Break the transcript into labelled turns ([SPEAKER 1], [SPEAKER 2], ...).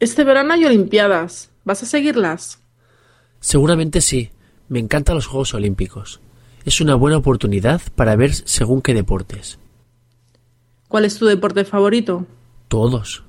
[SPEAKER 1] Este verano hay Olimpiadas. ¿Vas a seguirlas?
[SPEAKER 2] Seguramente sí. Me encantan los Juegos Olímpicos. Es una buena oportunidad para ver según qué deportes.
[SPEAKER 1] ¿Cuál es tu deporte favorito?
[SPEAKER 2] Todos.